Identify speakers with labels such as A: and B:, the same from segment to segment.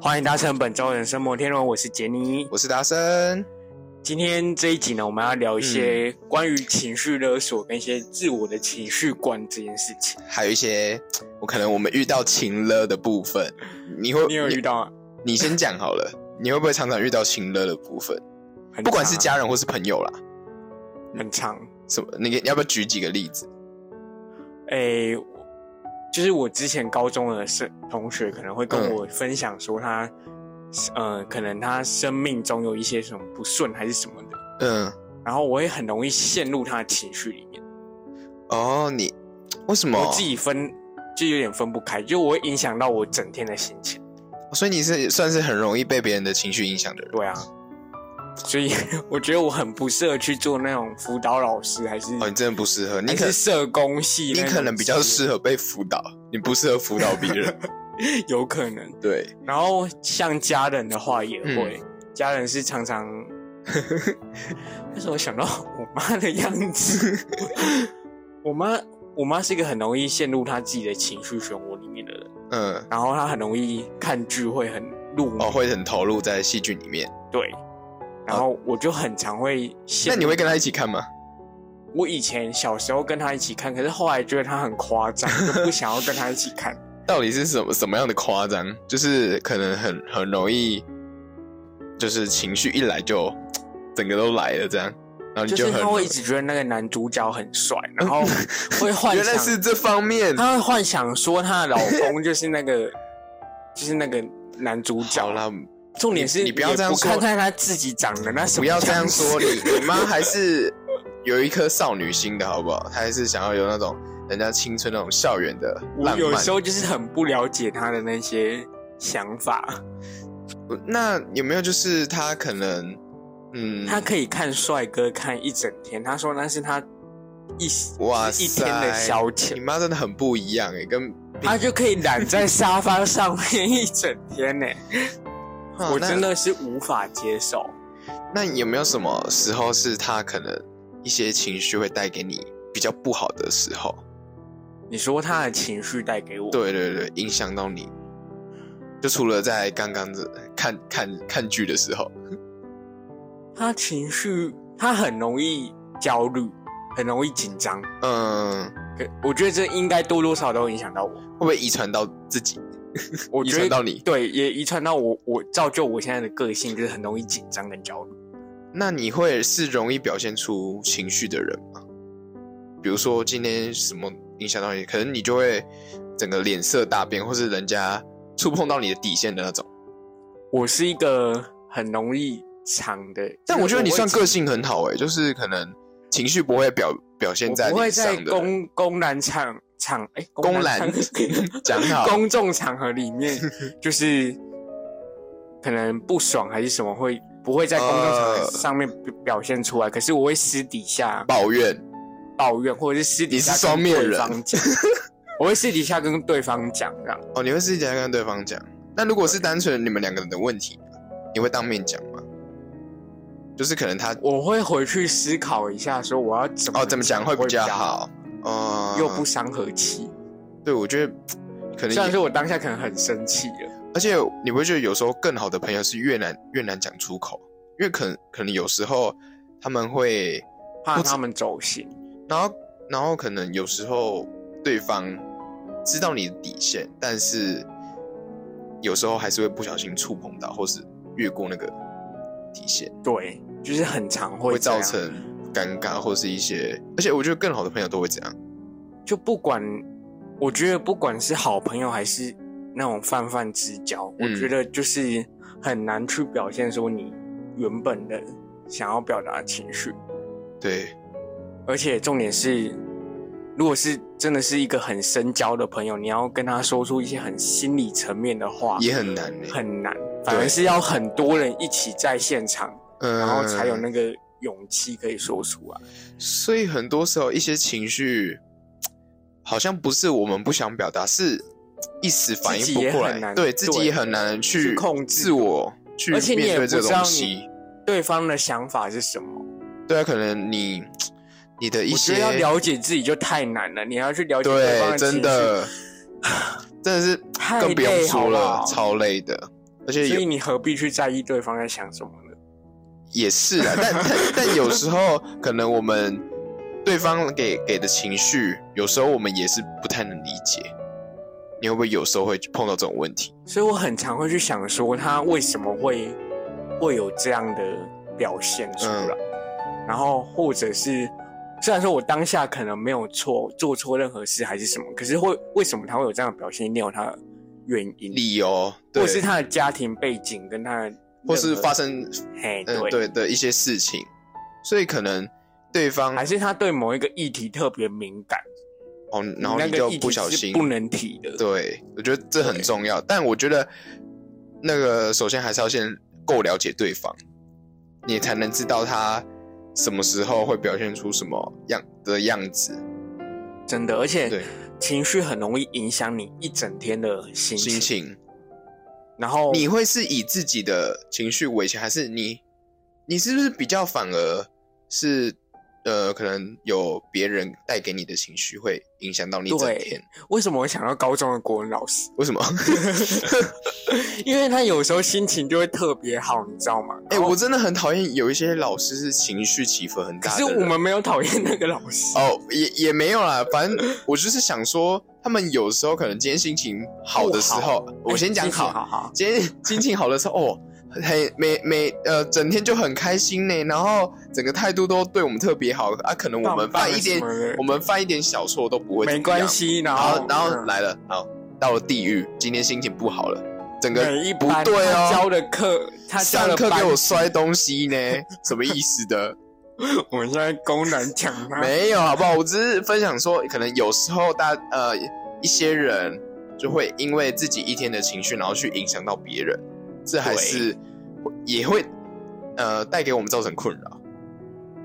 A: 欢迎搭乘本周人生摩天轮，我是杰尼。
B: 我是达生。
A: 今天这一集呢，我们要聊一些
B: 嗯
A: 关于情绪勒索跟一些自我的情绪管这件事情。
B: 还有一些，我可能我们遇到情勒的部分，你会
A: 你有遇到啊？
B: 你？你先讲好了，你会不会常常遇到情勒的部分？
A: 很
B: 不管是
A: 长
B: 家人或是朋友啦，
A: 啊很长，
B: 什么？你给你要不要举几个例子？
A: 诶、就是我之前高中的是同学可能会跟
B: 嗯
A: 我分享说他，呃，可能他生命中有一些什么不顺还是什么的，
B: 嗯，
A: 然后我也很容易陷入他的情绪里面，
B: 哦，你为什么
A: 我？自己分就有点分不开，就我会影响到我整天的心情。
B: 所以你是算是很容易被别人的情绪影响的人。
A: 对啊，所以我觉得我很不适合去做那种辅导老师，还是、
B: 哦，你真的不适合，
A: 嗯
B: 你
A: 还
B: 可
A: 是社工系
B: 你
A: 那种职业，
B: 可能比较适合被辅导，你不适合辅导 别人。
A: 有可能。
B: 对，
A: 然后像家人的话也会，
B: 嗯
A: 家人是常 常，为什么想到我妈的样子？我妈，我妈是一个很容易陷入她自己的情绪漩涡里面的人，
B: 嗯，
A: 然后她很容易看剧会很入迷，
B: 哦，会很投入在戏剧里面。
A: 对。然后我就很常会陷
B: 那
A: 入，
B: 你会跟他一起看吗？
A: 我以前小时候跟他一起看，可是后来觉得他很夸 张，就不想要跟他一起看。
B: 到底是什么什么样的夸张？就是可能很很容易，就是情绪一来就整个都来了这样，然后你
A: 就是
B: 很
A: 他会一直觉得那个男主角很帅，然 后会幻
B: 原
A: 想，
B: 来是这方面。
A: 他会幻想说她的老公就是那个， 就是那个男主角
B: 好。啦，
A: 重点是
B: 你你不要这样说
A: 也不看看他自己长得那什
B: 不
A: 么
B: 要
A: 样子，
B: 这样说，你你妈还是有一颗少女心的好不好？她还是想要有那种人家青春那种校园的
A: 我
B: 浪
A: 有
B: 漫
A: 时。候就是很不了解他的那些想法。
B: 那有没有就是她可能，嗯，
A: 他可以看帅哥看一整天，他说那是他一
B: 哇
A: 就是
B: 塞，
A: 一天的消遣
B: 你。妈真的很不一样哎、跟
A: 他就可以懒在沙发上面一整天 呢、
B: 啊
A: 我
B: 那
A: 真的是无法接受。
B: 那有没有什么时候是他可能一些情绪会带给你比较不好的时候？
A: 你说他的情绪带给我，，
B: 对对对，影响到你，就除了在刚刚这看看看剧的时候，
A: 他情绪他很容易焦虑，很容易紧张，
B: 嗯，
A: 可我觉得这应该多多少少都影响到我。
B: 会不会遗传到自己？
A: 我
B: 遗
A: 觉
B: 传
A: 得
B: 到你？
A: 对，也遗传到我，我造就我现在的个性就是很容易紧张跟焦虑。
B: 那你会是容易表现出情绪的人吗？比如说今天什么影响到你，可能你就会整个脸色大变，或是人家触碰到你的底线的那种。
A: 我是一个很容易藏的，
B: 但我觉得你
A: 就是
B: 算
A: 会
B: 个性很好诶、就是可能情绪不会表表现在
A: 我不会
B: 脸上
A: 在
B: 的人
A: 公公然场场哎、
B: 公
A: 然
B: 然
A: 场
B: 讲好
A: 公众场合里 面就是可能不爽还是什么会不会在公众场合
B: 呃
A: 上面表表现出来，可是我会私底下
B: 抱怨
A: 抱怨或者是私底下
B: 你是双面人
A: 跟对方 讲，我会私底下跟对方讲这样，
B: 哦，你会私底下跟对方讲。那如果是单纯你们两个人的问题呢，你会当面讲吗？就是可能他
A: 我会回去思考一下说我要怎么
B: 哦怎么讲会比
A: 比
B: 较好，哦、
A: 又不伤和气。
B: 对，我觉得可能
A: 虽然
B: 也，
A: 说我当下可能很生气了，
B: 而且你会觉得有时候更好的朋友是越难越难讲出口，因为可能可能有时候他们会
A: 怕他们走心。
B: 然后，然后可能有时候对方知道你的底线，但是有时候还是会不小心触碰到，或是越过那个底线，
A: 对，就是很常会
B: 会
A: 这样
B: 造成尴尬或是一些。而且我觉得更好的朋友都会这样。
A: 就不管，我觉得不管是好朋友还是那种泛泛之交，
B: 嗯
A: 我觉得就是很难去表现说你原本的想要表达的情绪，
B: 对，
A: 而且重点是，如果是真的是一个很深交的朋友，你要跟他说出一些很心理层面的话，
B: 也很难欸
A: 啊很难，反而是要很多人一起在现场，
B: 嗯，
A: 然后才有那个勇气可以说出来。
B: 所以很多时候一些情绪好像不是我们不想表达，是一时反
A: 自
B: 应
A: 己也
B: 不过
A: 很
B: 来，
A: 难
B: 对自己
A: 对
B: 也很难去
A: 去控制
B: 自我，去
A: 而且你
B: 面
A: 也
B: 对
A: 不
B: 这
A: 知
B: 个
A: 道
B: 东
A: 你
B: 西。
A: 对方的想法是什么。
B: 对啊，可能你你的一
A: 我觉
B: 些
A: 得要了解自己就太难了，你还要去了解对方
B: 对，
A: 情绪
B: 真，的真的是
A: 太
B: 更不用
A: 累好
B: 说
A: 不
B: 了，
A: 好
B: 超累的。而且
A: 所
B: 有
A: 以你何必去在意对方在想什么呢？
B: 也是啦，但但但有时候可能我们对方给给的情绪，有时候我们也是不太能理解。你会不会有时候会碰到这种问题？
A: 所以我很常会去想说，他为什么会会有这样的表现出来，
B: 嗯
A: 然后或者是虽然说我当下可能没有错，做错任何事还是什么，可是会为什么他会有这样的表现，一定有他的原因，
B: 理由，对，
A: 或是他的家庭背景跟他的任何，
B: 或是发生
A: 嘿
B: 嗯
A: 对，
B: 对的一些事情，所以可能对方
A: 还是他对某一个议题特别敏感，
B: 哦，然后
A: 那
B: 你
A: 个
B: 就
A: 议题
B: 不小
A: 是
B: 心
A: 不能提的，
B: 对，我觉得这很重要。但我觉得那个首先还是要先够了解对方，你才能知道他什么时候会表现出什么样的样子。
A: 真的，而且
B: 对，
A: 情绪很容易影响你一整天的心情，哦
B: 心情，
A: 然后
B: 你会是以自己的情绪为先，还是你你是不是比较反而是呃，可能有别人带给你的情绪会影响到你整
A: 对
B: 天？
A: 为什么我想到高中的国文老师？
B: 为什么？
A: 因为他有时候心情就会特别好，你知道吗？
B: 哎、
A: 然后
B: 我真的很讨厌有一些老师是情绪起伏很
A: 可
B: 大的
A: 是
B: 人。
A: 我们没有讨厌那个老师，
B: 哦，也也没有啦，反正我就是想说，他们有时候可能今天心情好的时候，我先讲
A: 哎好，好
B: 好，
A: 好，
B: 今天心情好的时候，哦，很每每呃整天就很开心呢，然后整个态度都对我们特别好啊，可能我们
A: 棒棒
B: 犯一点
A: 什么的，
B: 我们犯一点小错都不会
A: 没
B: 怎么样
A: 关，系，然
B: 然后
A: 后
B: 然后
A: 嗯
B: 来了，好到了地狱，今天心情不好了，整个
A: 每一
B: 不
A: 班
B: 对
A: 他教
B: 哦。
A: 的课，他教
B: 上
A: 的
B: 课
A: 班
B: 给我，摔东西呢，什么意思的？
A: 我们现在公然抢他，
B: 没有，好不好？我只是分享说，可能有时候大呃一些人就会因为自己一天的情绪，然后去影响到别人，这还是也会呃带给我们造成困扰，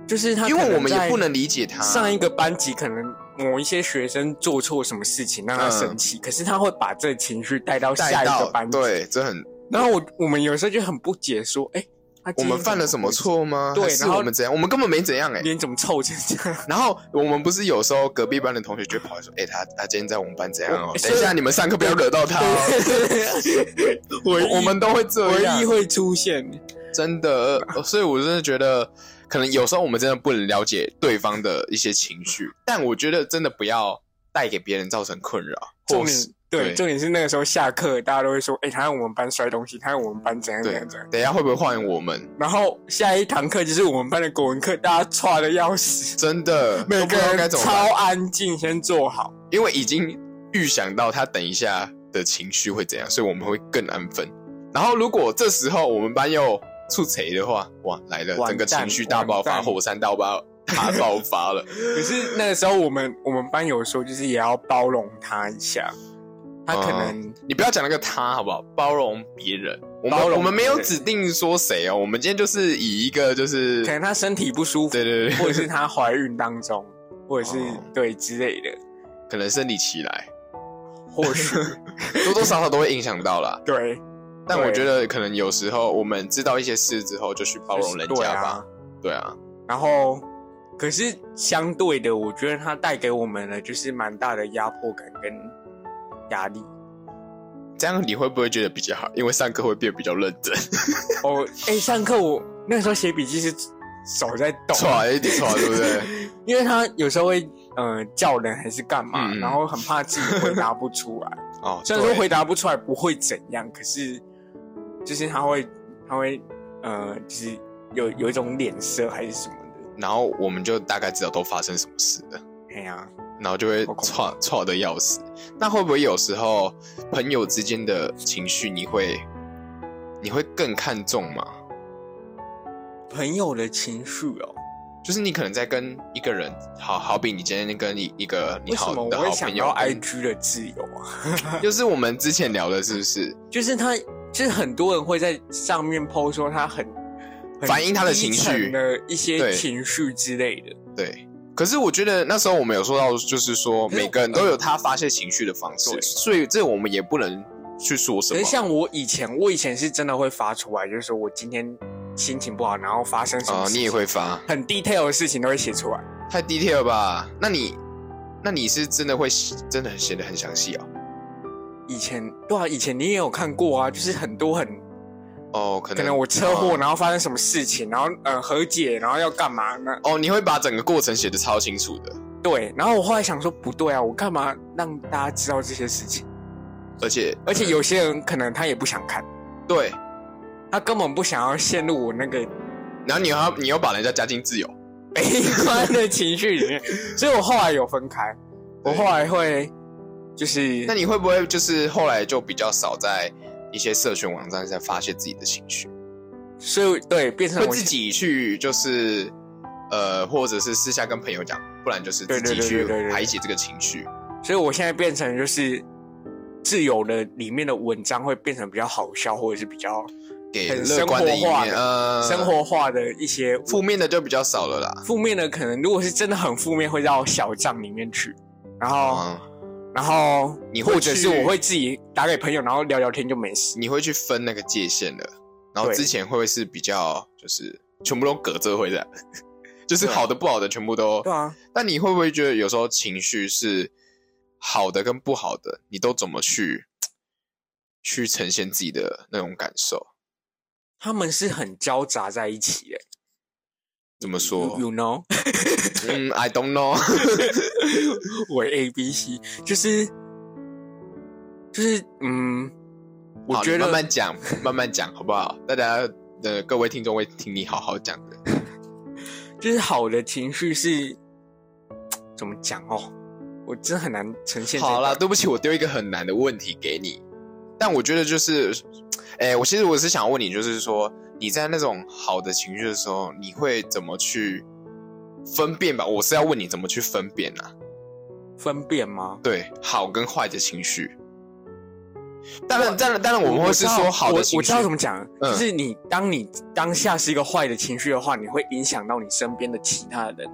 A: 就是他，
B: 因为我们也不能理解他。
A: 上一个班级可能。某一些学生做错什么事情让他生气，可是他会把这情绪嗯带到
B: 带
A: 下一
B: 到
A: 个班级。
B: 对，这很
A: 然后我我们有时候就很不解，说：“哎、他
B: 我
A: 今天
B: 们犯了什么
A: 会
B: 错吗？
A: 对
B: 还是
A: 然后
B: 我们怎样？我们根本没怎样哎、
A: 脸怎么臭成这样？
B: 然后我们不是有时候隔壁班的同学就会跑来说，哎、他他今天在我们班怎样哦
A: 我？
B: 等一下你们上课不要惹到他哦。
A: 唯一
B: 我们都会这
A: 唯
B: 样
A: 一，会出现，
B: 真的，呃所以我真的觉得，可能有时候我们真的不能了解对方的一些情绪，但我觉得真的不要带给别人造成困扰，
A: 重
B: 或
A: 点
B: 是
A: 对
B: 对
A: 重点是那个时候下课，大家都会说：“哎、他在我们班摔东西，他在我们班怎样怎
B: 对
A: 样怎样。，
B: 等一下会不会换我们？”
A: 然后下一堂课就是我们班的国文课，大家歘的要死，
B: 真的，
A: 每
B: 都不
A: 个
B: 知道该
A: 人
B: 怎么
A: 超
B: 办，
A: 安静，先坐好。
B: 因为已经预想到他等一下的情绪会怎样，所以我们会更安分。然后如果这时候我们班又出贼的话，哇，来了，
A: 完蛋
B: 整个情绪大爆
A: 完
B: 发，
A: 蛋
B: 火山大爆大爆发了。
A: 可是那个时候我们我们班有时候就是也要包容他一下，他可能、
B: 你不要讲那个他好不好？包容别人，我们
A: 包容别人
B: 我们没有指定说谁哦，我们今天就是以一个就是
A: 可能他身体不舒服，
B: 对对对，
A: 或者是她怀孕当中，或者是、
B: 哦
A: 对之类的，
B: 可能生理期来，
A: 或 许
B: 多多少少都会影响到 啦。
A: 对
B: 但
A: 对
B: 我觉得可能有时候我们知道一些事之后，就去包容人
A: 对
B: 家
A: 啊
B: 吧。。对啊，
A: 然后，可是相对的，我觉得它带给我们的就是蛮大的压迫感跟压力。
B: 这样你会不会觉得比较好？因为上课会变比较认真，
A: 哦，哎，上课我那时候写笔记是手在抖，
B: 错一点错，啊对不 对？
A: 因为他有时候会呃叫人还是干嘛，
B: 嗯
A: 然后很怕自己回答不出 来。
B: 哦，
A: 虽然说
B: 对
A: 回答不出来不会怎样，可是就是他会他会呃，就是有有一种脸色还是什么的。
B: 然后我们就大概知道都发生什么事了。
A: 哎呀、
B: 然后就会
A: 好恐怖
B: 错错的要死。那会不会有时候朋友之间的情绪，你会你会更看重吗？
A: 朋友的情绪哦，
B: 就是你可能在跟一个人，好好比你今天跟一一个你
A: 为什
B: 好
A: 么我
B: 的好
A: 会
B: 朋
A: 想
B: 友
A: 到
B: 跟，
A: IG 的自由啊？
B: 就是我们之前聊的，是不是？
A: 就是他，就是很多人会在上面 PO 说他很很
B: 反映他的情绪
A: 低沉的一些
B: 对
A: 情绪之类的。
B: 对。可是我觉得那时候我们有说到，就是说
A: 可是呃
B: 每个人都有他发泄情绪的方式
A: 对，
B: 所以这我们也不能去说什
A: 可
B: 么
A: 是。像我以前，我以前是真的会发出来，就是说我今天心情不好，然后发生什么
B: 啊、
A: 事情、
B: 你也会发，
A: 很 detail 的事情都会写出来。
B: 太 detail 了吧？那你，那你是真的会真的写的很详细哦。
A: 以前对啊，以前你也有看过啊，就是很多很
B: 哦，可能
A: 可能我车祸，
B: 哦
A: 然后发生什么事情，然后呃和解，然后要干嘛？那
B: 哦，你会把整个过程写的超清楚的，
A: 对，然后我后来想说，不对啊，我干嘛让大家知道这些事情？
B: 而且
A: 而且有些人可能他也不想看，
B: 对，
A: 他根本不想要陷入我那个
B: 然后你要你要把人家加进自由，
A: 悲 观的情绪里面，所以我后来有分开，我
B: 对
A: 后来会就是
B: 那你会不会就是后来就比较少在一些社群网站上发泄自己的情绪，
A: 所以对变成
B: 会
A: 我
B: 自己去就是呃，或者是私下跟朋友讲，不然就是
A: 对
B: 自
A: 对
B: 己
A: 对
B: 去
A: 对对对
B: 排解这个情绪。
A: 所以我现在变成就是自由的里面的文章会变成比较好笑，或者是比较
B: 给
A: 很
B: 乐观的一
A: 生活化
B: 面，
A: 的
B: 呃，
A: 生活化的一些
B: 负面的就比较少了啦。
A: 负面的，可能如果是真的很负面，会到小账里面去，然后
B: 嗯，
A: 然后
B: 你会
A: 或者是
B: 去
A: 我会自己打给朋友，然后聊聊天就没事。
B: 你会去分那个界限的。然后
A: 对
B: 之前会不会是比较就是全部都隔着会的， 就是
A: 对啊
B: 好的不好的全部都
A: 对。啊，
B: 那你会不会觉得有时候情绪是好的跟不好的，你都怎么去去呈现自己的那种感受？
A: 他们是很交杂在一起的。
B: 怎么说
A: You-？You know，
B: 嗯，I don't know
A: 我 A B C 就是就是嗯， 我
B: 好。你
A: 觉得
B: 慢慢讲，慢慢讲，好不好？大家呃，各位听众会听你好好讲的。
A: 就是好的情绪是怎么讲哦？我真的很难呈现这个。
B: 好啦，对不起，我丢一个很难的问题给你，但我觉得就是，哎、我其实我是想问你，就是说你在那种好的情绪的时候，你会怎么去分辨吧？我是要问你怎么去分辨啊？
A: 分辨吗？
B: 对，好跟坏的情绪。当然，当然，当然，我们会
A: 知
B: 是
A: 道
B: 说好
A: 我
B: 的情绪，
A: 我知道怎么讲，
B: 嗯
A: 就是你当你当下是一个坏的情绪的话，你会影响到你身边的其他人，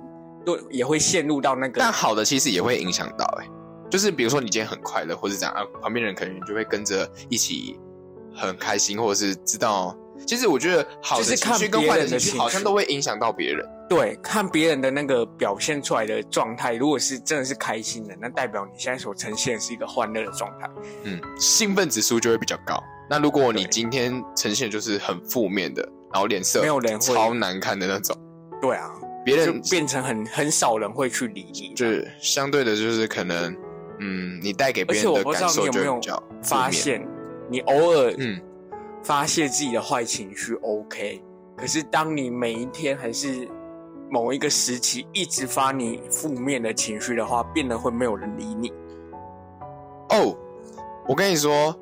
A: 都也会陷入到那
B: 但
A: 个。
B: 好的其实也会影响到、欸，就是比如说你今天很快乐，或是怎样啊，旁边人可能就会跟着一起很开心，或者是知道。其实我觉得好
A: 就
B: 的
A: 是
B: 情
A: 看
B: 绪跟
A: 别
B: 坏
A: 人的
B: 的情绪
A: 情
B: 好像
A: 绪
B: 都会影响到别人。
A: 对，看别人的那个表现出来的状态，如果是真的是开心的，那代表你现在所呈现的是一个欢乐的状态。
B: 嗯，兴奋指数就会比较高。那如果你
A: 对
B: 今天呈现就是很负面的，然后脸色
A: 没有人会
B: 超难看的那种，
A: 对啊，
B: 别
A: 就
B: 人
A: 变成很很少人会去理解。
B: 就是相对的，就是可能，嗯，你带给
A: 而
B: 别
A: 且
B: 人
A: 我
B: 的
A: 不知
B: 感
A: 道你
B: 受
A: 有
B: 就
A: 没
B: 会
A: 有
B: 比较负
A: 发
B: 面，
A: 现，你偶尔
B: 嗯，
A: 发泄自己的坏情绪 OK，可是当你每一天还是某一个时期一直发你负面的情绪的话，变得会没有人理你。
B: 哦，我跟你说，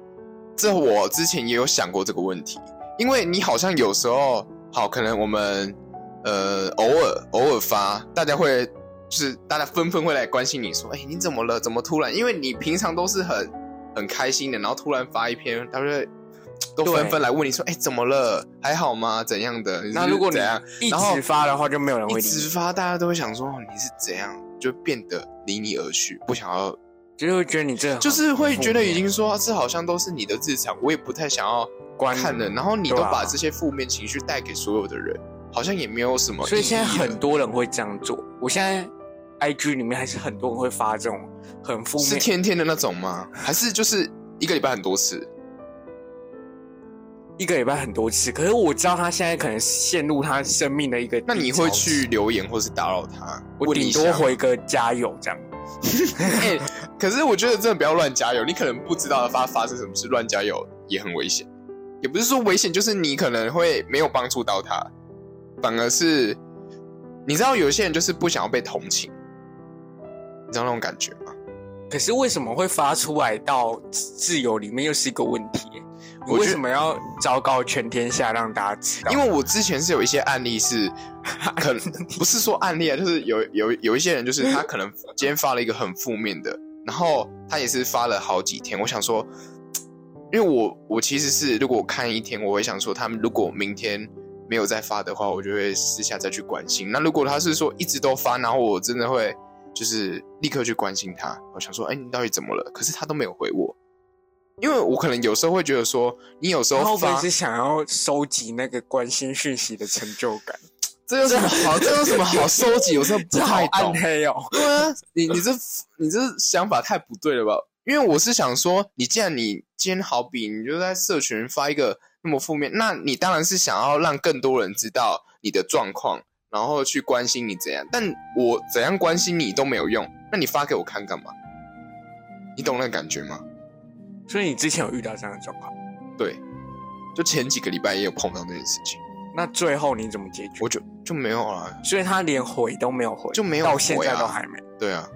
B: 这我之前也有想过这个问题，因为你好像有时候，好，可能我们呃偶尔偶尔发，大家会就是大家纷纷会来关心你说，哎、你怎么了？怎么突然？因为你平常都是很很开心的，然后突然发一篇，他们都
A: 对
B: 纷纷来问你说，哎、怎么了？还好吗？怎样的？你是
A: 那如果你
B: 怎样
A: 一
B: 然后
A: 直发的话，就没有人会
B: 一
A: 理
B: 直
A: 你，
B: 发，大家都会想说哦你是怎样，就变得离你而去，不想要
A: 就是会觉得你这很
B: 就是会觉得已
A: 很
B: 经说啊这好像都是你的日常，我也不太想要
A: 关
B: 看了。然后你都
A: 对啊
B: 把这些负面情绪带给所有的人，好像也没有什么意义了。
A: 所以现在很多人会这样做。我现在 IG 里面还是很多人会发这种很负
B: 是
A: 面，
B: 天天的那种吗？还是就是一个礼拜很多次？
A: 一个礼拜很多次。可是我知道他现在可能陷入他生命的一个低潮
B: 那
A: 期，
B: 你会去留言或是打扰他？
A: 我
B: 问
A: 顶
B: 你一
A: 多
B: 下
A: 回个加油这样。
B: 哎、可是我觉得真的不要乱加油，你可能不知道发发生什么事，乱加油也很危险。也不是说危险，就是你可能会没有帮助到他，反而是你知道有些人就是不想要被同情，你知道那种感觉吗？
A: 可是为什么会发出来到自由里面又是一个问题耶？你
B: 我觉
A: 为
B: 得
A: 什么要昭告全天下让大家知道？
B: 因为我之前是有一些案例 是，可能不是说案例啊，就是有有有一些人，就是他可能今天发了一个很负面的，然后他也是发了好几天。我想说，因为我我其实是如果我看一天，我会想说，他们如果明天没有再发的话，我就会私下再去关心。那如果他是说一直都发，然后我真的会就是立刻去关心他，我想说，哎、你到底怎么了？可是他都没有回我。因为我可能有时候会觉得说，你有时
A: 他
B: 候
A: 会不
B: 发
A: 会是想要收集那个关心讯息的成就感？
B: 这有什么好？这有什么好收集？我真的不
A: 这好
B: 太
A: 暗
B: 懂。
A: 黑哦！
B: 对啊，你你这你这想法太不对了吧？因为我是想说，你既然你今天好比你就在社群发一个那么负面，那你当然是想要让更多人知道你的状况，然后去关心你怎样。但我怎样关心你都没有用，那你发给我看干嘛？你懂那个感觉吗？
A: 所以你之前有遇到这样的状况，
B: 对，就前几个礼拜也有碰到这件事情，
A: 那最后你怎么解决？
B: 我就就没有啊啦。
A: 所以他连回都没有回，
B: 就没有
A: 到现
B: 回
A: 在
B: 啊
A: 都还没，
B: 对啊，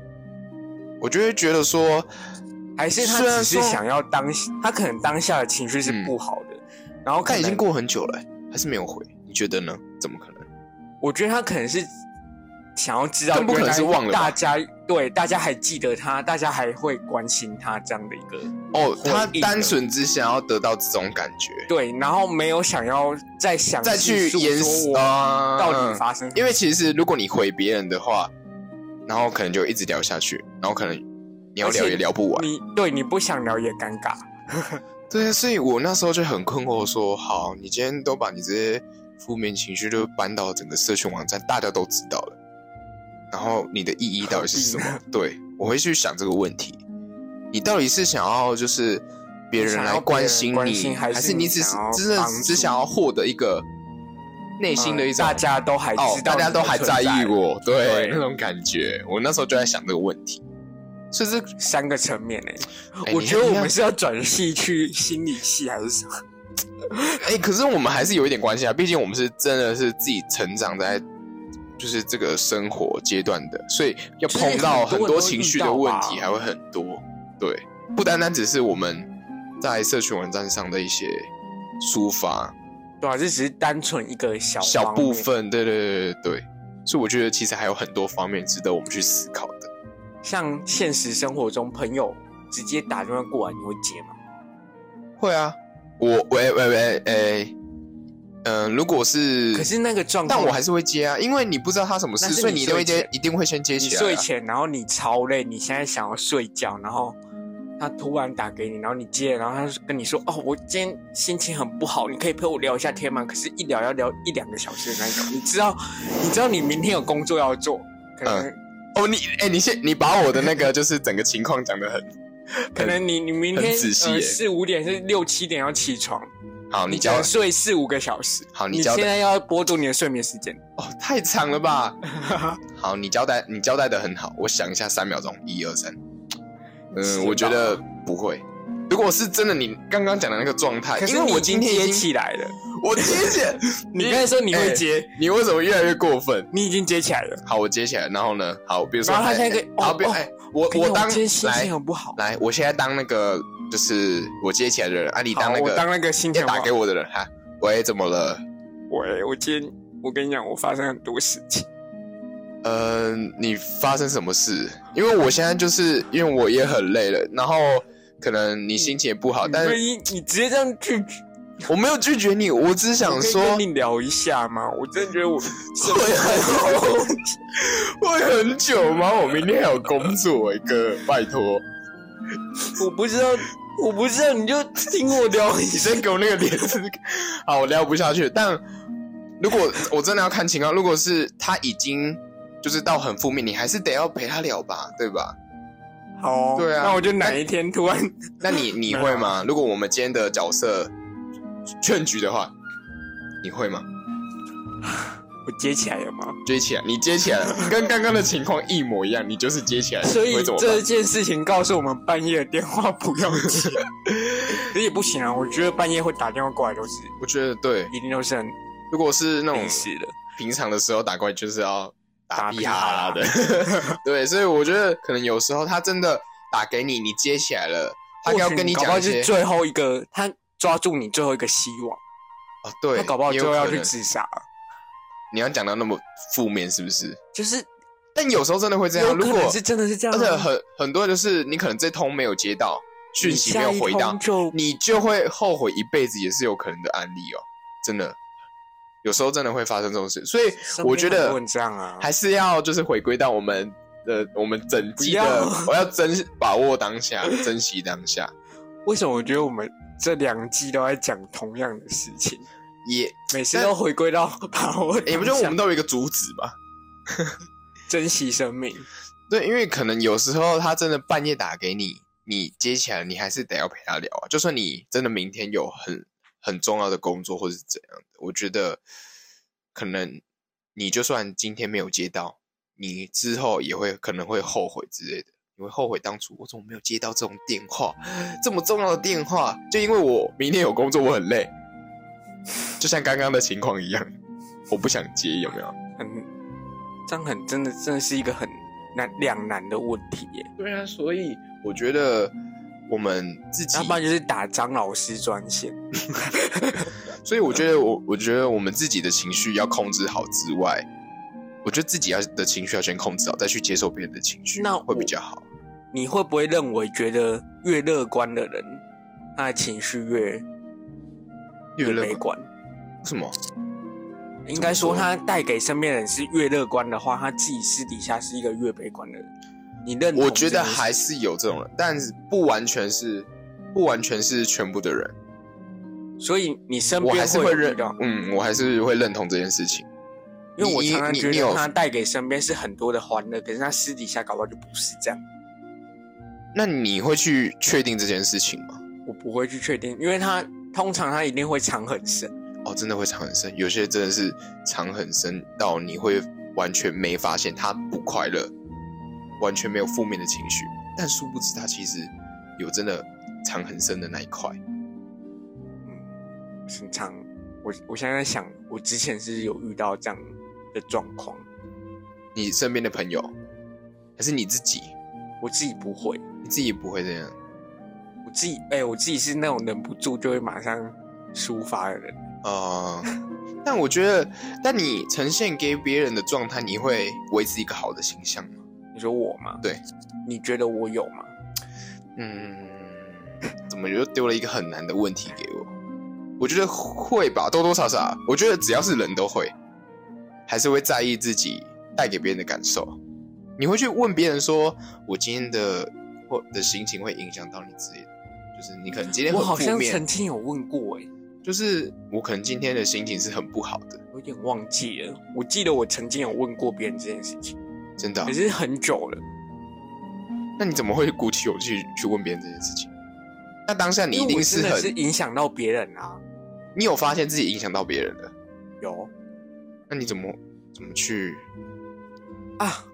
B: 我就会觉得说，
A: 还是他
B: 虽然
A: 只是
B: 说
A: 想要当，他可能当下的情绪是不好的，然后可
B: 但已
A: 能
B: 经过很久了、还是没有回，你觉得呢？怎么可能？
A: 我觉得他可能是想要知道，
B: 更不可能是忘了吧
A: 大家对大家还记得他，大家还会关心他这样的一个
B: 哦，他
A: 回应
B: 单
A: 了
B: 纯只想要得到这种感觉，
A: 对，然后没有想要再想
B: 再去延
A: 说我
B: 啊，
A: 到
B: 嗯
A: 底发生什么
B: 因为其实如果你回别人的话，然后可能就一直聊下去，然后可能你要
A: 而且
B: 聊也聊不完。
A: 你对你不想聊也尴尬，
B: 对，啊所以我那时候就很困惑说好，你今天都把你这些负面情绪都搬到整个社群网站，大家都知道了，然后你的意义到底是什
A: 何
B: 么？对我会去想这个问题，你到底是想要就是别人来关心
A: 你想要别人
B: 你，
A: 关心还
B: 还
A: 是
B: 是
A: 你
B: 你只是
A: 想要
B: 真的
A: 帮助呃
B: 只想要获得一个内心的一
A: 嗯
B: 种、
A: 大家都还
B: 哦
A: 知，道、
B: 大家都还在意，我，对
A: 对
B: 那种感觉，我那时候就在想这个问题，就是
A: 三个层面诶、
B: 哎
A: 我
B: 你
A: 觉得
B: 看
A: 我
B: 你看
A: 们是要转系去心理系还是什么？
B: 哎、可是我们还是有一点关系啊，毕竟我们是真的是自己成长在就是这个生活阶段的，所以要碰到很多情绪的问题还会很多。对，不单单只是我们在社群网站上的一些抒发
A: 对啊，这只是单纯一个小
B: 小
A: 方面。
B: 部分，对对对对对，所以我觉得其实还有很多方面值得我们去思考的。
A: 像现实生活中，朋友直接打电话过来，你会接吗？
B: 会啊，我喂喂喂，哎、嗯、如果是，
A: 可是那个状况，
B: 但我还是会接啊，因为你不知道他什么事，
A: 那是
B: 所以
A: 你
B: 你一定会
A: 睡
B: 接
A: 前，
B: 一定会先接
A: 你
B: 起来、啊。
A: 睡前，然后你超累，你现在想要睡觉，然后他突然打给你，然后你接了，然后他就跟你说：“哦，我今天心情很不好，你可以陪我聊一下天吗？”可是，一聊要聊一两个小时的那一种，你知 道，你知道你明天有工作要做，可能、
B: 哦，你哎、你先，你把我的那个就是整个情况讲的很
A: 可能你你明天
B: 很仔细耶
A: 呃四五点是六七点要起床，
B: 好，你
A: 你
B: 教
A: 要睡四五个小时，
B: 好，哦你
A: 你
B: 交
A: 现
B: 代
A: 在要拨住你的睡眠时间。
B: 哦，太长 了吧？好，你交代，你交代的很好，我想一下，三秒钟，一二三。
A: 知道
B: 嗯，我觉得不会。如果是真的，你刚刚讲的那个状态，
A: 可是
B: 因为
A: 你
B: 我
A: 已经
B: 今天
A: 接
B: 已经，哎
A: 起来了，
B: 我接 起来，
A: 你刚才说你会接，
B: 你为什么越来越过分？
A: 你已经接起来了。
B: 好，我接起来，然后呢？好，比如说，
A: 然后他
B: 哎
A: 现在可以
B: 哎好，
A: 哦
B: 比如
A: 哦
B: 哎，我
A: 可是
B: 我当
A: 今天心
B: 来
A: 情很不好，
B: 来，我现在当那个就是我接起来的人，啊，你当
A: 好
B: 那
A: 我
B: 个
A: 当那个心情
B: 要打给
A: 我。
B: 我的人哈，喂，怎么了？
A: 喂，我今天我跟你讲，我发生很多事情。
B: 呃，你发生什么事？因为我现在就是因为我也很累了，然后可能你心情也不好，但
A: 所以你直接这样拒绝，
B: 我没有拒绝你，我只是
A: 我
B: 想
A: 可以
B: 说
A: 跟你聊一下吗？我真的觉得 我
B: 会很 会很久吗？我明天还有工作哎、哥，拜托，
A: 我不知道，我不知道，你就听我聊一
B: 你
A: 下。
B: 先给我那个脸是，好，我聊不下去。但如果我真的要看情况，如果是他已经就是到很负面，你还是得要陪他聊吧，对吧？
A: 好哦，
B: 对啊
A: 那我就哪一天突然
B: 那你你会吗？如果我们今天的角色劝局的话，你会吗？
A: 我接起来了吗？
B: 接起来，你接起来 了，跟刚刚的情况一模一样，你就是接起来了，
A: 所
B: 你
A: 以
B: 会怎么
A: 这
B: 办？
A: 件事情告诉我们，半夜的电话不要接。 可是也不行啊，我觉得半夜会打电话过来都是
B: 我觉得对，
A: 一定都是很
B: 如果是那种
A: 临时的。
B: 平常的时候打过来，就是要打
A: 打
B: 屁哈啦的， 对，所以我觉得可能有时候他真的打给你，你接起来了，他要跟你
A: 或许搞不
B: 讲
A: 好
B: 一
A: 是
B: 些
A: 最后一个，他抓住你最后一个希望，
B: 哦，对，
A: 他搞不好
B: 也
A: 最
B: 有
A: 后要
B: 可
A: 去
B: 能
A: 自杀了，
B: 你要讲到那么负面，是不是？
A: 就是
B: 但有时候真的会这
A: 有
B: 样，
A: 可
B: 如果
A: 能是真的是这样
B: 而
A: 啊，
B: 且很很多人就是你可能这通没有接到，讯息没有回
A: 你
B: 到
A: 下一通，就
B: 你就会后悔一辈子，也是有可能的案例哦，真的，有时候真的会发生这种事，所以我觉
A: 身边很
B: 得
A: 多人这样啊，
B: 还是要就是回归到我们的我们整季
A: 不
B: 的
A: 要，
B: 我要珍把握当下，珍惜当下，
A: 为什么我觉得我们这两季都在讲同样的事情，
B: 也
A: 每次都回归到把握当下，
B: 也不就我们都有一个主旨嘛，
A: 珍惜生命，
B: 对，因为可能有时候他真的半夜打给你，你接起来，你还是得要陪他聊啊。就算你真的明天有很很重要的工作或是怎样的，我觉得可能你就算今天没有接到，你之后也会可能会后悔之类的。你会后悔当初我怎么没有接到这种电话，这么重要的电话，就因为我明天有工作，我很累，就像刚刚的情况一样，我不想接，有没有？
A: 很这样很真的真的是一个很难两难的问题耶。
B: 对啊，所以我觉得我们自己
A: 要，不然就是打张老师专线，
B: 所以我觉得我我觉得我们自己的情绪要控制好之外，我觉得自己要的情绪要先控制好，再去接受别人的情绪，
A: 那
B: 会比
A: 我
B: 较好。
A: 你会不会认为觉得越乐观的人，他的情绪越
B: 越乐
A: 悲
B: 观，
A: 观？
B: 什么？
A: 应该
B: 说
A: 说，他带给身边人是越乐观的话，他自己私底下是一个越悲观的人。你认同
B: 我
A: 这件
B: 觉
A: 事？
B: 得还是有这种人，但是不完全是，不完全是全部的人。
A: 所以你身
B: 我
A: 边
B: 还是
A: 会
B: 会
A: 有
B: 认
A: 遇到，
B: 嗯，我还是会认同这件事情。
A: 因为我
B: 你
A: 常常
B: 你
A: 觉
B: 你有
A: 得他带给身边是很多的欢乐，可是他私底下搞不好就不是这样。
B: 那你会去确定这件事情吗？
A: 我不会去确定，因为他通常他一定会藏很深。
B: 哦，真的会藏很深，有些真的是藏很深到你会完全没发现他不快乐，完全没有负面的情绪，但殊不知他其实有真的藏很深的那一块。
A: 嗯，很常，我我现在在想，我之前是有遇到这样的状况，
B: 你身边的朋友，还是你自己，
A: 我自己不会，
B: 你自己也不会这样。
A: 我自己哎、我自己是那种忍不住就会马上抒发的人。
B: 啊、 但我觉得，但你呈现给别人的状态，你会维持一个好的形象吗？
A: 你说我吗？
B: 对，
A: 你觉得我有吗？
B: 嗯，怎么又丢了一个很难的问题给我？我觉得会吧，多多少少，我觉得只要是人都会，还是会在意自己带给别人的感受。你会去问别人说：“我今天的或的心情会影响到你之类的。”就是你可能今天
A: 我
B: 很
A: 好
B: 负
A: 像
B: 面
A: 曾，经有问过哎、
B: 就是我可能今天的心情是很不好的，
A: 我有点忘记了。我记得我曾经有问过别人这件事情，
B: 真的啊、
A: 可是很久了。
B: 那你怎么会鼓起勇气去问别人这件事情？那当下你一
A: 因为
B: 定
A: 我
B: 是
A: 真的
B: 很，
A: 是影响到别人啊。
B: 你有发现自己影响到别人了，
A: 有
B: 那你怎么怎么去？
A: 啊，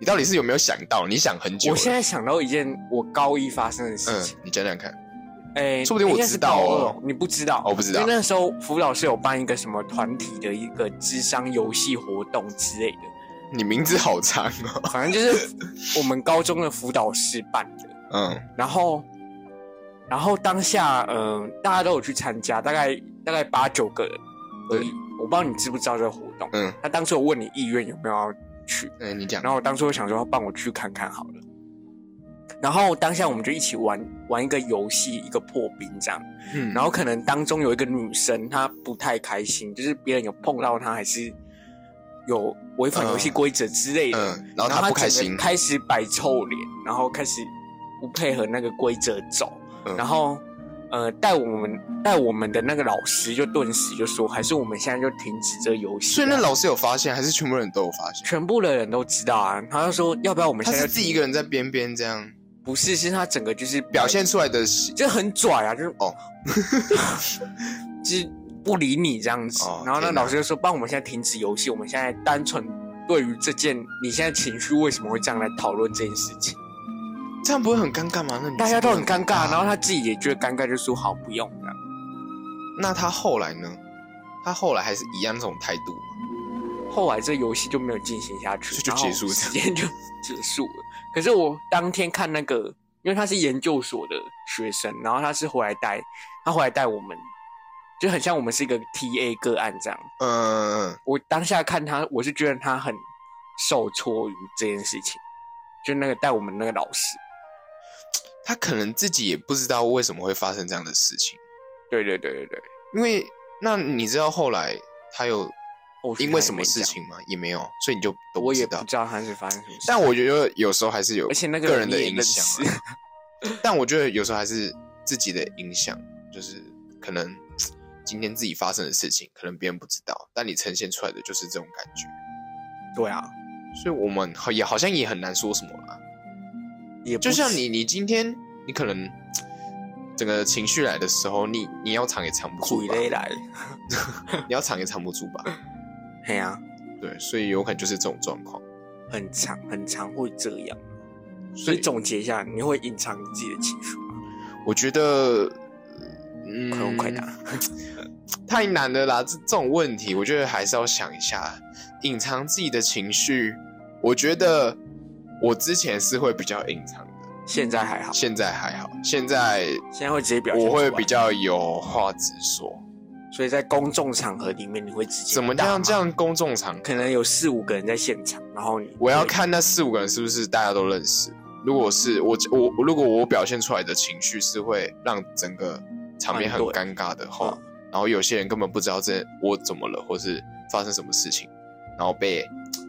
B: 你到底是有没有想到？你想很久了
A: 我现在想到一件我高一发生的事
B: 嗯
A: 情，，
B: 你讲讲看。
A: 哎、
B: 说不定我
A: 应该是
B: 知道哦
A: 高二你不知道，
B: 哦我不知道
A: 因为那时候辅导是有办一个什么团体的一个智商游戏活动之类的，
B: 你名字好长哦。
A: 反正就是我们高中的辅导室办的，
B: 嗯
A: 然后，然后当下，嗯、大家都有去参加，大概大概八九个人而已
B: 对，
A: 我不知道你知不知道这个活动，
B: 嗯，
A: 他当初有问你意愿有没有要去，
B: 嗯，你讲
A: 然。后我当初想说，帮我去看看好了。然后当下我们就一起玩玩一个游戏，一个破冰这样。
B: 嗯，
A: 然后可能当中有一个女生她不太开心，就是别人有碰到她，还是有违反游戏规则之类的。
B: 嗯，然后他
A: 她
B: 不开
A: 整
B: 心
A: 个，开始摆臭脸，然后开始不配合那个规则走。
B: 嗯
A: 然后呃，带我们带我们的那个老师就顿时就说，还是我们现在就停止这个游戏
B: 所
A: 啊。
B: 以那老师有发现，还是全部人都有发现？
A: 全部的人都知道啊，他就说要不要我们
B: 他
A: 现在
B: 是
A: 就
B: 自己一个人在边边这样
A: 不是，是他整个就是
B: 表现出来的是
A: 就很拽啊，就是
B: 哦，
A: 就是不理你这样子。
B: 哦
A: 然后那
B: 天哪
A: 老师就说：“帮我们现在停止游戏，我们现在单纯对于这件你现在情绪为什么会这样来讨论这件事情。
B: 这样，不会很尴尬吗？那”女生
A: 大家都很
B: 不会
A: 尴尬，然后他自己也觉得尴尬，就说：“好，不用了。
B: 那他后来呢？他后来还是一样这种态度吗？”
A: 后来这游戏就没有进行下去，
B: 就就
A: 然后
B: 结束了
A: 时间就结束了。可是我当天看那个，因为他是研究所的学生，然后他是回来带，他回来带我们，就很像我们是一个 TA 个案这样。
B: 嗯，
A: 我当下看他，我是觉得他很受挫于这件事情，就那个带我们那个老师，
B: 他可能自己也不知道为什么会发生这样的事情，
A: 对对对对对，
B: 因为那你知道后来他有
A: 后续
B: 因
A: 他
B: 为
A: 也
B: 什么
A: 没
B: 事
A: 讲，
B: 情吗？也没有，所以你就都
A: 我
B: 知
A: 也不
B: 道。
A: 知道他是发生什么事，
B: 但我觉得有时候还是有，
A: 而且那
B: 个
A: 个
B: 人的
A: 你也
B: 影
A: 认
B: 响
A: 识
B: 啊，但我觉得有时候还是自己的影响，就是可能今天自己发生的事情，可能别人不知道，但你呈现出来的就是这种感觉，
A: 对啊，
B: 所以我们好也好像也很难说什么啦。
A: 也不
B: 就像
A: 是
B: 你，你今天你可能整个情绪来的时候，你你要藏也藏不住
A: 鬼
B: 吧，
A: 雷来，
B: 你要藏也藏不住吧？
A: 哎呀、
B: 对，所以有可能就是这种状况。
A: 很长很长会这样。所
B: 所
A: 以
B: 以
A: 总结一下，你会隐藏你自己的情绪吗？
B: 我觉得，嗯，
A: 快问快答，
B: 太难了啦！这这种问题，我觉得还是要想一下，隐藏自己的情绪。我觉得我之前是会比较隐藏的，
A: 现在还好，
B: 现在还好，现在
A: 现在会直接表现出
B: 我
A: 来，
B: 会比较有话直说。
A: 所以在公众场合里面，你会直接
B: 怎么这
A: 大
B: 样？
A: 骂
B: 这？样公众场合
A: 可能有四五个人在现场，然后你
B: 我要
A: 会
B: 看那四五个人是不是大家都认识。如果是我，我如果我表现出来的情绪是会让整个场面很
A: 蛮
B: 尴尬的话，
A: 嗯
B: 然后有些人根本不知道这我怎么了，或是发生什么事情，然后被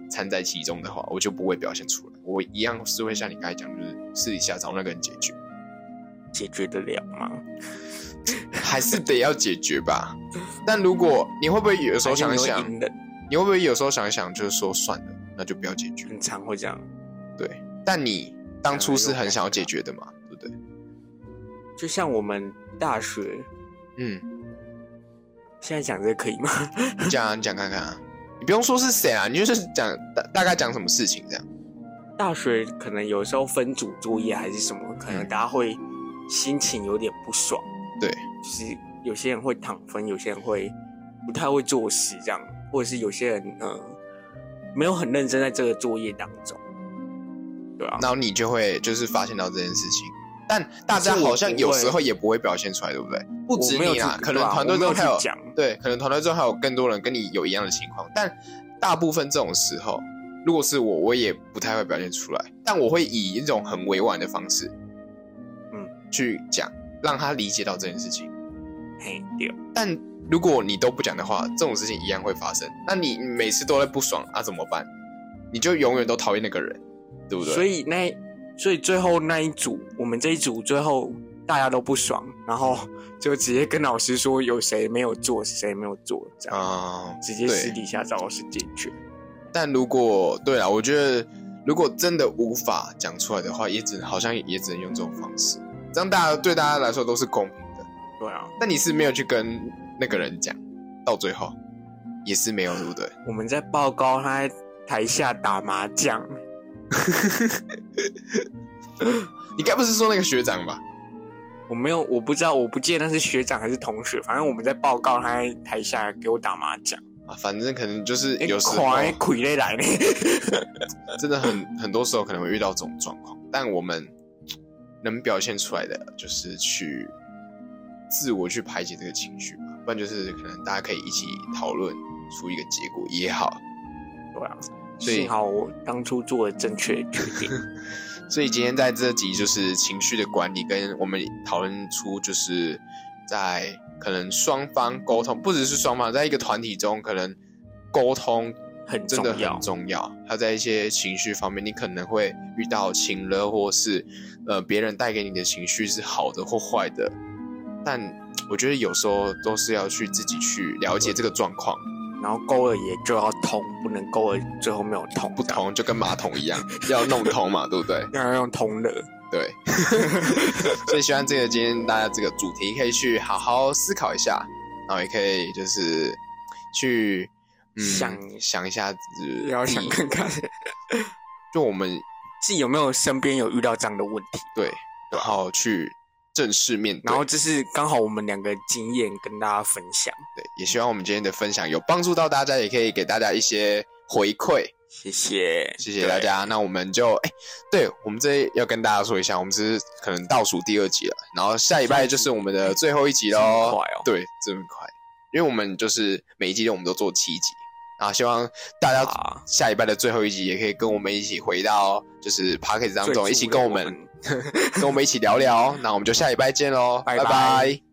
B: 掺在其中的话，我就不会表现出来。我一样是会像你刚才讲，就是私底下找那个人解决，
A: 解决得了吗？
B: 还是得要解决 吧。但如果你会不会有时候想
A: 还
B: 一想
A: 是，你会隐忍
B: 你会不会有时候想一想，就是说算了，那就不要解决。
A: 很常会这样，
B: 对，但你当初是很想要解决的嘛，对不对？
A: 就像我们大学
B: 嗯，
A: 现在讲这个可以吗？
B: 你讲啊，你讲看看啊，你不用说是谁啊，你就是讲大大概讲什么事情这样。
A: 大学可能有时候分组作业还是什么，可能
B: 嗯
A: 大家会心情有点不爽，
B: 对，
A: 就是有些人会躺分，有些人会不太会做事这样，或者是有些人呃没有很认真在这个作业当中，对啊，
B: 然后你就会就是发现到这件事情，但大家
A: 可是我
B: 好像
A: 不
B: 有
A: 会
B: 时候也不会表现出来，对不对？不止
A: 我没有
B: 你啊，
A: 去
B: 可能
A: 对啊
B: 团队
A: 我没有
B: 中还有
A: 去讲
B: 对，可能团队中还有更多人跟你有一样的情况，但大部分这种时候，如果是我，我也不太会表现出来，但我会以一种很委婉的方式，
A: 嗯，
B: 去讲，让他理解到这件事情。
A: 嘿，对，
B: 但如果你都不讲的话，这种事情一样会发生。那你每次都在不爽啊，怎么办？你就永远都讨厌那个人，对不对？
A: 所以那所以最后那一组，我们这一组最后大家都不爽，然后就直接跟老师说有谁没有做，谁没有做这样，
B: 啊、
A: 直接
B: 对
A: 私底下找老师解决。
B: 但如果对啊，我觉得如果真的无法讲出来的话，也只好像也只能用这种方式，这样大家对大家来说都是公平的。
A: 对啊，
B: 但你是没有去跟那个人讲，到最后也是没有，对不对？
A: 我们在报告他在台下打麻将，
B: 你该不是说那个学长吧？
A: 我没有，我不知道，我不记得那是学长还是同学，反正我们在报告他在台下给我打麻将，
B: 啊，反正可能就是
A: 哎
B: 有时候
A: 狂傀儡来 呢。
B: 真的很很多时候可能会遇到这种状况，但我们能表现出来的就是去自我去排解这个情绪吧，不然就是可能大家可以一起讨论出一个结果也好。
A: 对啊，
B: 所以
A: 幸好我当初做了正确的决 定。
B: 所以今天在这集就是情绪的管理，跟我们讨论出就是在可能双方沟通，不只是双方，在一个团体中可能沟通
A: 很
B: 真的
A: 重要
B: 很重要。还有在一些情绪方面，你可能会遇到情了，或是呃别人带给你的情绪是好的或坏的，但我觉得有时候都是要去自己去了解这个状况，
A: 然后勾了也就要通，不能勾了最后没有通，
B: 不
A: 这样，
B: 同就跟马桶一样，要弄通嘛，对不对？
A: 要用通的。
B: 对， 所以希望这个今天大家这个主题可以去好好思考一下，然后也可以就是去嗯
A: 想
B: 想一下，
A: 也
B: 呃
A: 要
B: 自
A: 想
B: 己
A: 看 看
B: 就我们
A: 自己有没有身边有遇到这样的问题，
B: 对，然后去正式面对，
A: 然后这是刚好我们两个经验跟大家分享，
B: 对，也希望我们今天的分享有帮助到大家，也可以给大家一些回馈。
A: 谢谢，
B: 谢谢大家。那我们就哎、对我们这要跟大家说一下，我们这是可能倒数第二集了，然后下礼拜就是我们的最后一集喽。
A: 嗯这么快哦
B: 对，这么快，因为我们就是每一季我们都做七集啊，希望大家
A: 啊
B: 下礼拜的最后一集也可以跟我们一起回到就是 p a c k e t 当
A: 最
B: 中，一起跟我哦
A: 助力
B: 们跟我们一起聊聊。那我们就下礼拜见喽，
A: 拜
B: 拜
A: 拜
B: 拜